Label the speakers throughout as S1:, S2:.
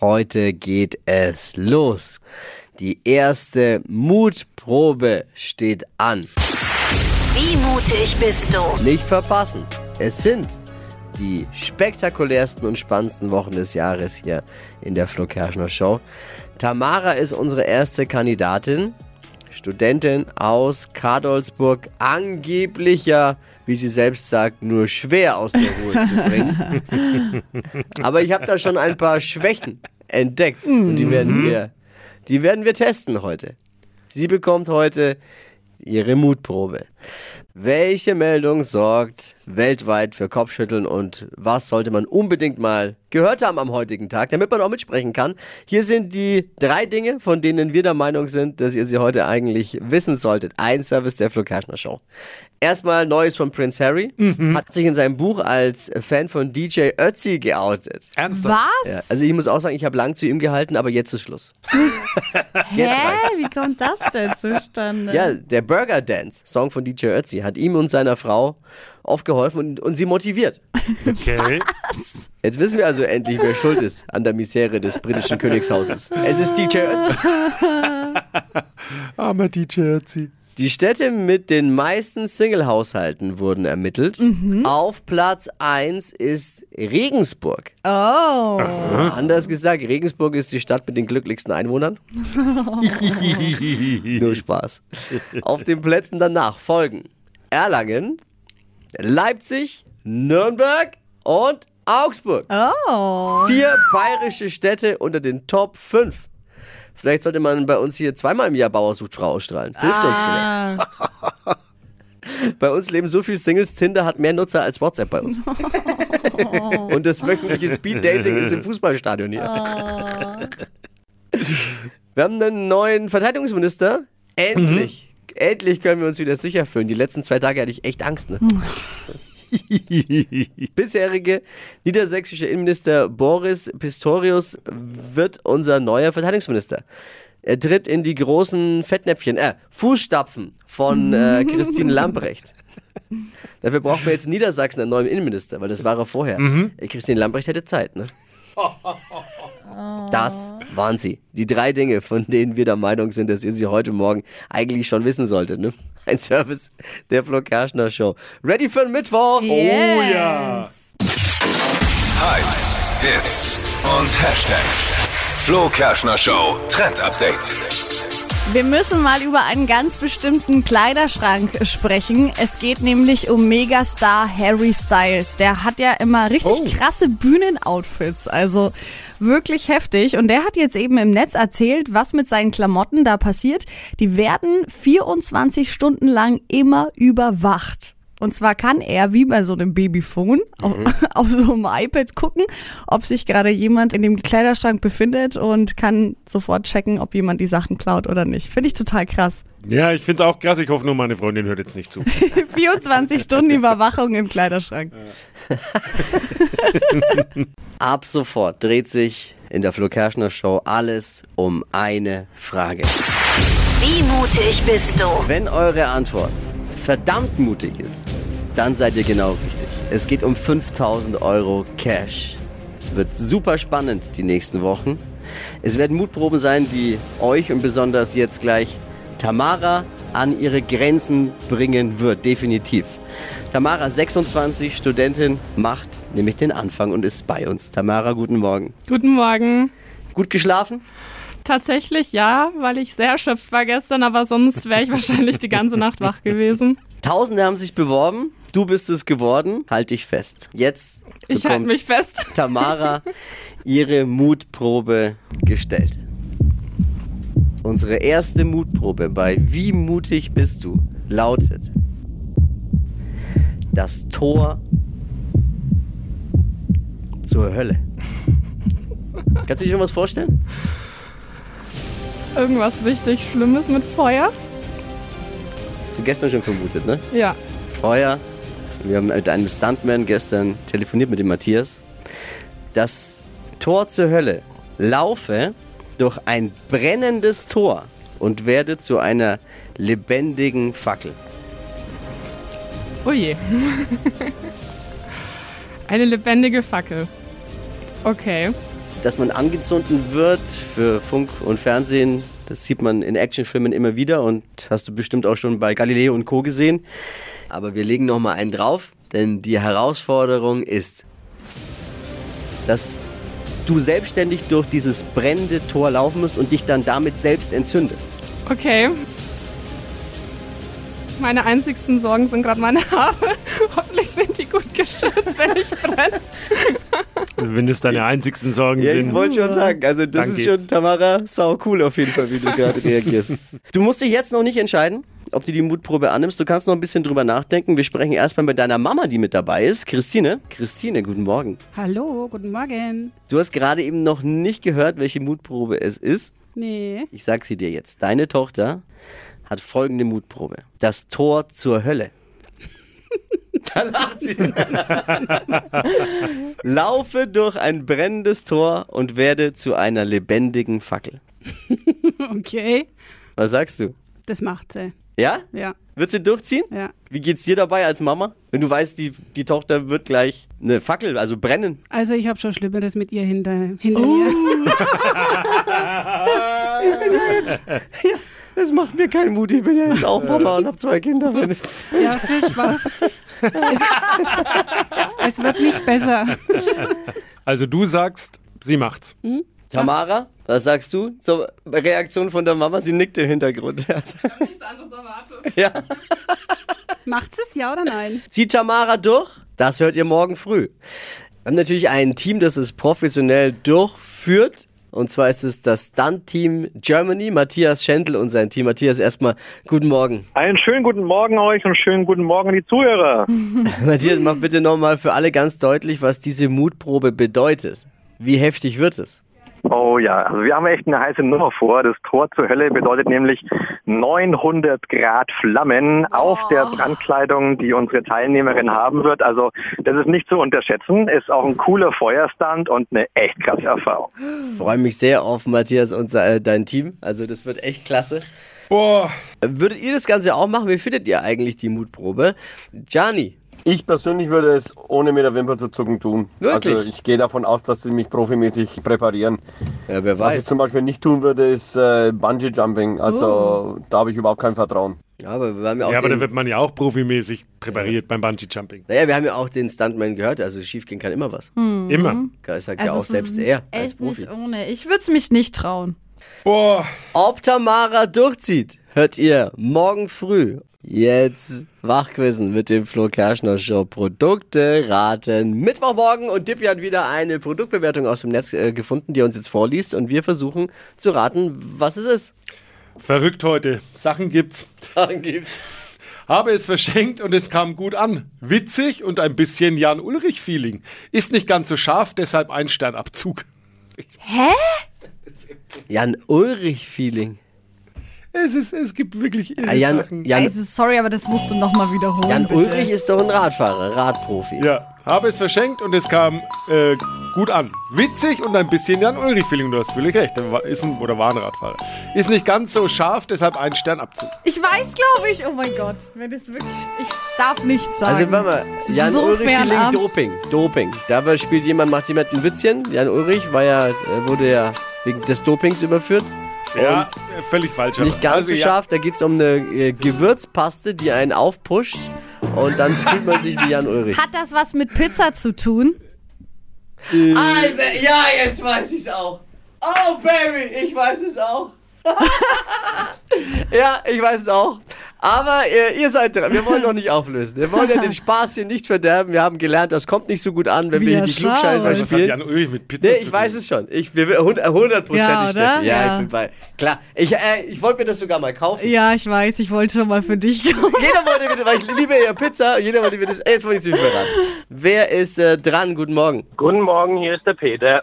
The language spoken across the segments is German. S1: heute geht es los. Die erste Mutprobe steht an.
S2: Wie mutig bist du?
S1: Nicht verpassen. Es sind die spektakulärsten und spannendsten Wochen des Jahres hier in der Flo Kerschner Show. Tamara ist unsere erste Kandidatin, Studentin aus Kadolsburg, angeblicher, wie sie selbst sagt, nur schwer aus der Ruhe zu bringen. Aber ich habe da schon ein paar Schwächen entdeckt und die werden wir, die werden wir testen heute. Sie bekommt heute ihre Mutprobe. Welche Meldung sorgt weltweit für Kopfschütteln und was sollte man unbedingt mal gehört haben am heutigen Tag, damit man auch mitsprechen kann? Hier sind die drei Dinge, von denen wir der Meinung sind, dass ihr sie heute eigentlich wissen solltet. Ein Service der Flo Kerschner Show. Erstmal Neues von Prince Harry. Hat sich in seinem Buch als Fan von DJ Ötzi geoutet.
S3: Ernsthaft?
S4: Was?
S1: Ja, also ich muss auch sagen, ich habe lang zu ihm gehalten, aber jetzt ist Schluss. jetzt
S4: Hä?
S1: reicht's.
S4: Wie kommt das denn zustande?
S1: Ja, der Burger Dance, Song von DJ Ötzi, hat ihm und seiner Frau oft geholfen und, und sie motiviert.
S3: Okay.
S1: Jetzt wissen wir also endlich, wer schuld ist an der Misere des britischen Königshauses. Es ist DJ Ötzi.
S3: Armer DJ Ötzi.
S1: Die Städte mit den meisten Single-Haushalten wurden ermittelt. Auf Platz 1 ist Regensburg.
S4: Oh.
S1: Anders gesagt, Regensburg ist die Stadt mit den glücklichsten Einwohnern. Nur Spaß. Auf den Plätzen danach folgen Erlangen, Leipzig, Nürnberg und Augsburg.
S4: Oh.
S1: Vier bayerische Städte unter den Top 5. Vielleicht sollte man bei uns hier zweimal im Jahr Bauer sucht Frau ausstrahlen. Hilft uns vielleicht.
S4: Ah.
S1: Bei uns leben so viele Singles, Tinder hat mehr Nutzer als WhatsApp bei uns. Und das wöchentliche Speed-Dating ist im Fußballstadion hier. Wir haben einen neuen Verteidigungsminister. Endlich. Endlich können wir uns wieder sicher fühlen. Die letzten zwei Tage hatte ich echt Angst. Ne? Bisherige niedersächsische Innenminister Boris Pistorius wird unser neuer Verteidigungsminister. Er tritt in die großen Fettnäpfchen, äh, Fußstapfen von äh, Christine Lambrecht. Dafür brauchen wir jetzt in Niedersachsen einen neuen Innenminister, weil das war er vorher. Äh, Christine Lambrecht hätte Zeit, ne? Das waren sie. Die drei Dinge, von denen wir der Meinung sind, dass ihr sie heute Morgen eigentlich schon wissen solltet. Ne? Ein Service der Flo Kerschner Show. Ready für den Mittwoch?
S3: Oh ja.
S5: Hypes, Hits und Hashtags. Flo Kerschner Show Trend Update.
S4: Wir müssen mal über einen ganz bestimmten Kleiderschrank sprechen. Es geht nämlich um Megastar Harry Styles. Der hat ja immer richtig
S1: Oh.
S4: krasse Bühnenoutfits, also wirklich heftig. Und der hat jetzt eben im Netz erzählt, was mit seinen Klamotten da passiert. Die werden 24 Stunden lang immer überwacht. Und zwar kann er, wie bei so einem Babyphone, auf,
S1: Mhm.
S4: auf so einem iPad gucken, ob sich gerade jemand in dem Kleiderschrank befindet und kann sofort checken, ob jemand die Sachen klaut oder nicht. Finde ich total krass.
S3: Ja, ich find's auch krass. Ich hoffe nur, meine Freundin hört jetzt nicht zu.
S4: 24 Stunden Überwachung im Kleiderschrank.
S1: Ab sofort dreht sich in der Flo Kerschner Show alles um eine Frage.
S2: Wie mutig bist du?
S1: Wenn eure Antwort verdammt mutig ist, dann seid ihr genau richtig. Es geht um 5000 Euro Cash. Es wird super spannend die nächsten Wochen. Es werden Mutproben sein, die euch und besonders jetzt gleich Tamara an ihre Grenzen bringen wird, definitiv. Tamara, 26, Studentin, macht nämlich den Anfang und ist bei uns. Tamara, guten Morgen.
S6: Guten Morgen.
S1: Gut geschlafen?
S6: Tatsächlich ja, weil ich sehr erschöpft war gestern, aber sonst wäre ich wahrscheinlich die ganze Nacht wach gewesen.
S1: Tausende haben sich beworben. Du bist es geworden. Halt dich fest. Jetzt
S6: Ich halte
S1: bekommt
S6: mich fest.
S1: Tamara ihre Mutprobe gestellt. Unsere erste Mutprobe bei Wie mutig bist du lautet das Tor zur Hölle. Kannst du dir schon was vorstellen?
S6: Irgendwas richtig Schlimmes mit Feuer?
S1: Hast du gestern schon vermutet, ne?
S6: Ja.
S1: Feuer. Also wir haben mit einem Stuntman gestern telefoniert mit dem Matthias. Das Tor zur Hölle laufe durch ein brennendes Tor und werde zu einer lebendigen Fackel.
S6: Oh je. Eine lebendige Fackel. Okay.
S1: dass man angezündet wird für Funk und Fernsehen. Das sieht man in Actionfilmen immer wieder und hast du bestimmt auch schon bei Galileo und Co. gesehen. Aber wir legen nochmal einen drauf, denn die Herausforderung ist, dass du selbstständig durch dieses brennende Tor laufen musst und dich dann damit selbst entzündest.
S6: Okay. Meine einzigsten Sorgen sind gerade meine Haare. Hoffentlich sind die gut geschützt, wenn ich brenne.
S3: Wenn es deine einzigsten Sorgen
S1: Ja, ich
S3: sind.
S1: wollte schon sagen, also das
S3: Dann
S1: ist
S3: geht's.
S1: schon, Tamara, sau cool auf jeden Fall, wie du gerade reagierst. Du musst dich jetzt noch nicht entscheiden, ob du die Mutprobe annimmst. Du kannst noch ein bisschen drüber nachdenken. Wir sprechen erstmal mit deiner Mama, die mit dabei ist, Christine. Christine, guten Morgen.
S7: Hallo, guten Morgen.
S1: Du hast gerade eben noch nicht gehört, welche Mutprobe es ist.
S7: Nee.
S1: Ich sag sie dir jetzt. Deine Tochter hat folgende Mutprobe. Das Tor zur Hölle. Da lacht sie. Laufe durch ein brennendes Tor und werde zu einer lebendigen Fackel.
S7: Okay.
S1: Was sagst du?
S7: Das macht sie.
S1: Ja?
S7: Ja,
S1: Wird sie durchziehen?
S7: ja.
S1: Wie geht's dir dabei als Mama? Wenn du weißt, die, die Tochter wird gleich eine Fackel, also brennen.
S7: Also ich habe schon Schlimmeres mit ihr hinter, hinter
S8: Uh,
S7: mir.
S1: Ja, das macht mir keinen Mut. Ich bin ja jetzt auch Papa und habe zwei Kinder.
S7: Ja, viel Spaß. es, es wird nicht besser.
S3: Also du sagst, sie macht's.
S1: Tamara, was sagst du zur Reaktion von der Mama? Sie nickt im Hintergrund.
S6: Nichts anderes erwartet.
S1: ja.
S7: Macht es ja oder nein?
S1: Zieht Tamara durch? Das hört ihr morgen früh. Wir haben natürlich ein Team, das es professionell durchführt. Und zwar ist es das Stunt-Team Germany, Matthias Schendl und sein Team. Matthias, erstmal guten Morgen.
S9: Einen schönen guten Morgen euch und schönen guten Morgen die Zuhörer.
S1: Matthias, mach bitte nochmal für alle ganz deutlich, was diese Mutprobe bedeutet. Wie heftig wird es?
S9: Oh ja, also wir haben echt eine heiße Nummer vor. Das Tor zur Hölle bedeutet nämlich 900 Grad Flammen auf der Brandkleidung, die unsere Teilnehmerin haben wird. Also das ist nicht zu unterschätzen, ist auch ein cooler Feuerstand und eine echt krasse Erfahrung.
S1: Ich freue mich sehr auf Matthias und äh, dein Team. Also das wird echt klasse.
S3: Boah.
S1: Würdet ihr das Ganze auch machen? Wie findet ihr eigentlich die Mutprobe? Gianni,
S10: Ich persönlich würde es ohne mit der Wimper zu zucken tun.
S1: Wirklich?
S10: Also ich gehe davon aus, dass sie mich profimäßig präparieren.
S1: ja, äh, wer
S10: Was ich
S1: weiß.
S10: zum Beispiel nicht tun würde, ist äh, Bungee Jumping. Also
S1: Uh.
S10: da habe ich überhaupt kein Vertrauen.
S1: Ja, aber wir haben ja auch
S3: Ja, aber da
S1: den,
S3: wird man ja auch profimäßig präpariert beim Bungee-Jumping.
S1: naja, wir haben ja auch den Stuntman gehört. Also schiefgehen kann immer was.
S3: Immer.
S1: Das sagt ja
S4: Hm. Also
S1: auch
S4: es ist
S1: selbst er als
S4: echt
S1: Profi.
S4: nicht ohne. Ich würde es mich nicht trauen.
S3: Boah.
S1: Ob Tamara durchzieht, hört ihr morgen früh. Jetzt Wachquissen mit dem Flo Kerschner Show. Produkte raten. Mittwochmorgen und Dippy hat wieder eine Produktbewertung aus dem Netz äh, gefunden, die er uns jetzt vorliest. Und wir versuchen zu raten, was es ist.
S3: Verrückt heute. Sachen gibt's. Habe es verschenkt und es kam gut an. Witzig und ein bisschen Jan-Ulrich-Feeling. Ist nicht ganz so scharf, deshalb ein Sternabzug.
S1: Jan Ulrich Feeling.
S3: Es, ist, es gibt wirklich irre
S1: Ah, Jan,
S3: Sachen.
S1: Jan,
S4: Also, sorry, aber das musst du nochmal wiederholen.
S1: Jan
S4: bitte.
S1: Ulrich ist doch ein Radfahrer, Radprofi.
S3: Ja, habe es verschenkt und es kam äh, gut an. Witzig und ein bisschen Jan-Ulrich-Feeling. Du hast völlig recht. Er war- Ist ein, oder war ein Radfahrer. Ist nicht ganz so scharf, deshalb ein Sternabzug.
S4: Ich weiß, glaube ich. Oh mein Gott. Wenn das wirklich. Ich darf nichts sagen.
S1: Also warte mal, Jan
S4: So
S1: Ulrich Feeling
S4: fernab.
S1: Doping. Doping. Dabei spielt jemand, macht jemand ein Witzchen. Jan Ulrich war ja, äh, wurde ja wegen des Dopings überführt.
S3: Ja, äh, völlig falsch. aber-
S1: Nicht ganz
S3: also,
S1: so
S3: ja,
S1: scharf, da geht es um eine äh, Gewürzpaste, die einen aufpusht und dann fühlt man sich wie Jan Ulrich.
S4: Hat das was mit Pizza zu tun?
S1: Alter, ja, jetzt weiß ich's auch. Oh, Baby, ich weiß es auch. ja, ich weiß es auch. Aber äh, ihr seid dran. Wir wollen noch nicht auflösen. Wir wollen ja den Spaß hier nicht verderben. Wir haben gelernt, das kommt nicht so gut an, wenn wir hier
S4: Wir
S1: die Klugscheißer
S4: schauen.
S3: Was hat
S1: spielen.
S3: Jan Ulrich mit Pizza
S1: Nee,
S3: zu
S1: ich
S3: tun?
S1: weiß es schon. Ich wir- wir- hund- äh, hundertprozentig.
S4: Ja, oder?
S1: Steffi. ja,
S4: Ja.
S1: ich bin bei. Klar, ich, äh, ich wollte mir das sogar mal kaufen.
S4: Ja, ich weiß. Ich wollte schon mal für dich kommen.
S1: Jeder wollte mir das, weil ich liebe ja Pizza. Jeder wollte mir das. Ey, jetzt wollte ich zu viel verraten. Wer ist äh, dran? Guten Morgen.
S11: Guten Morgen, hier ist der Peter.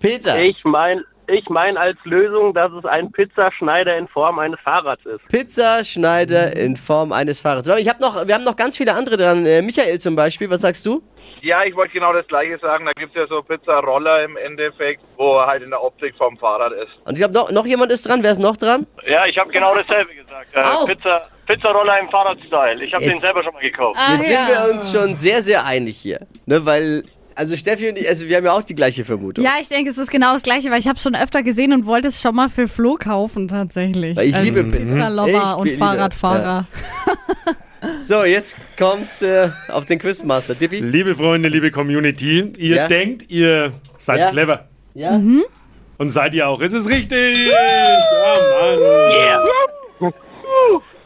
S1: Peter.
S11: Ich mein, ich mein als Lösung, dass es ein Pizzaschneider in Form eines Fahrrads ist.
S1: Pizzaschneider in Form eines Fahrrads. Warte, Ich hab noch, wir haben noch ganz viele andere dran. Äh, Michael zum Beispiel, was sagst du?
S12: Ja, ich wollte genau das Gleiche sagen. Da gibt es ja so Pizzaroller im Endeffekt, wo er halt in der Optik vom Fahrrad ist.
S1: Und ich glaube, noch, noch jemand ist dran. Wer ist noch dran?
S11: Ja, ich habe genau dasselbe gesagt. Äh,
S1: Auch.
S11: Pizza, Pizzaroller im Fahrradstyle. Ich habe
S1: Jetzt-
S11: den selber schon mal gekauft.
S4: Ah,
S1: Jetzt sind wir uns schon sehr, sehr einig hier. Ne, weil, Also Steffi und ich, also wir haben ja auch die gleiche Vermutung.
S4: Ja, ich denke, es ist genau das Gleiche, weil ich habe es schon öfter gesehen und wollte es schon mal für Flo kaufen tatsächlich.
S1: Weil ich
S4: Als
S1: liebe Pizza.
S4: Pizza-Lover
S1: Ich
S4: und
S1: liebe-
S4: Fahrradfahrer.
S1: So, jetzt kommt's äh, auf den Quizmaster. Dippi?
S3: Liebe Freunde, liebe Community, ihr
S1: Ja.
S3: denkt, ihr seid
S1: Ja.
S3: clever.
S1: Ja.
S3: Und seid ihr auch. Es ist richtig. Ja, Mann.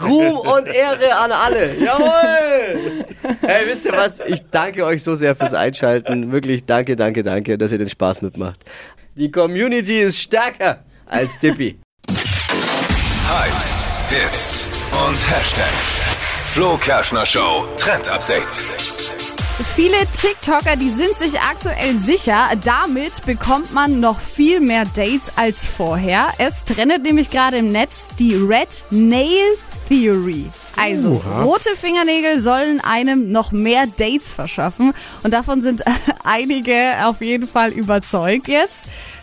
S1: Ruhm und Ehre an alle. Jawohl! Ey, wisst ihr was? Ich danke euch so sehr fürs Einschalten. Wirklich danke, danke, danke, dass ihr den Spaß mitmacht. Die Community ist stärker als Dippi.
S5: Hypes, Hits und Hashtags. Flo Kerschner Show Trend Update.
S4: Viele TikToker, die sind sich aktuell sicher, damit bekommt man noch viel mehr Dates als vorher. Es trendet nämlich gerade im Netz die Red Nail Theory. Also,
S13: Oha.
S4: rote Fingernägel sollen einem noch mehr Dates verschaffen. Und davon sind einige auf jeden Fall überzeugt jetzt.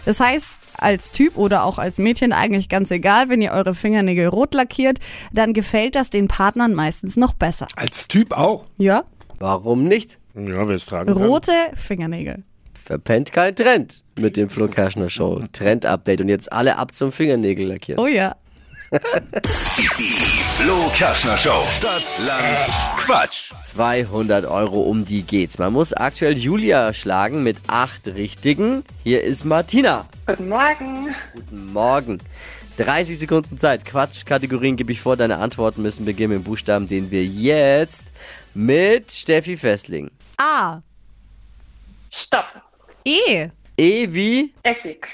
S4: Das heißt, als Typ oder auch als Mädchen eigentlich ganz egal, wenn ihr eure Fingernägel rot lackiert, dann gefällt das den Partnern meistens noch besser.
S3: Als Typ auch.
S4: Ja,
S1: Warum nicht?
S3: Ja, wir es tragen.
S4: rote Fingernägel.
S1: Verpennt kein Trend mit dem Flo Kerschner Show. Trend-Update und jetzt alle ab zum Fingernägel lackieren.
S4: Oh ja.
S5: Flo Kerschner Show. Stadt, Land, Quatsch.
S1: 200 Euro, um die geht's. Man muss aktuell Julia schlagen mit acht Richtigen. Hier ist Martina.
S8: Guten Morgen.
S1: Guten Morgen. 30 Sekunden Zeit. Quatsch. Kategorien gebe ich vor. Deine Antworten müssen beginnen mit dem Buchstaben, den wir jetzt mit Steffi festlegen.
S4: A.
S8: Stopp.
S4: E.
S1: E wie
S8: Essig.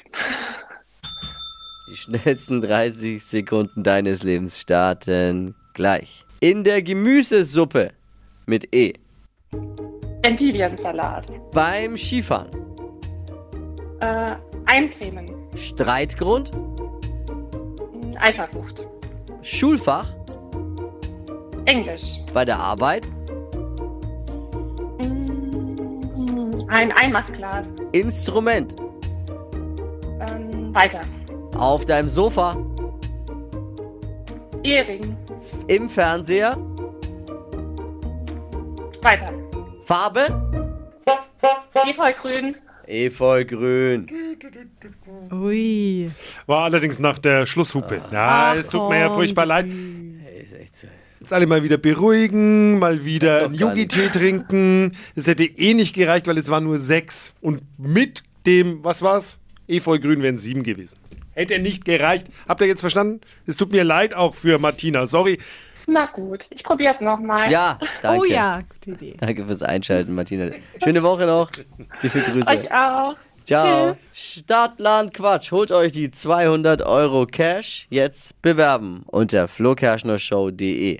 S1: die schnellsten 30 Sekunden deines Lebens starten gleich. In der Gemüsesuppe mit E.
S8: Endiviensalat.
S1: Beim Skifahren.
S8: Äh, eincremen.
S1: Streitgrund.
S8: Eifersucht.
S1: Schulfach.
S8: Englisch.
S1: Bei der Arbeit.
S8: Hm, Ein Einmachglas.
S1: Instrument.
S8: Ähm, weiter.
S1: Auf deinem Sofa.
S8: Ehering.
S1: Im Fernseher.
S8: Weiter.
S1: Farbe.
S8: Efeugrün.
S1: Efeugrün.
S4: Ui.
S3: War allerdings nach der Schlusshupe. Ja, es tut mir ja
S1: komm,
S3: furchtbar leid. Jetzt alle mal wieder beruhigen, mal wieder einen Yogi-Tee trinken. Es hätte eh nicht gereicht, weil es waren nur sechs. Und mit dem, was war's? Efeugrün wären sieben gewesen. Hätte nicht gereicht. Habt ihr jetzt verstanden? Es tut mir leid auch für Martina. Sorry.
S8: Na gut, ich probier's nochmal.
S1: Ja, danke.
S8: Oh
S1: ja,
S4: gute Idee.
S1: Danke fürs Einschalten, Martina. Schöne Woche noch. Liebe Grüße.
S8: Euch auch.
S1: Ciao. Stadtland Quatsch. Holt euch die 200 Euro Cash jetzt bewerben unter flokerschnershow.de.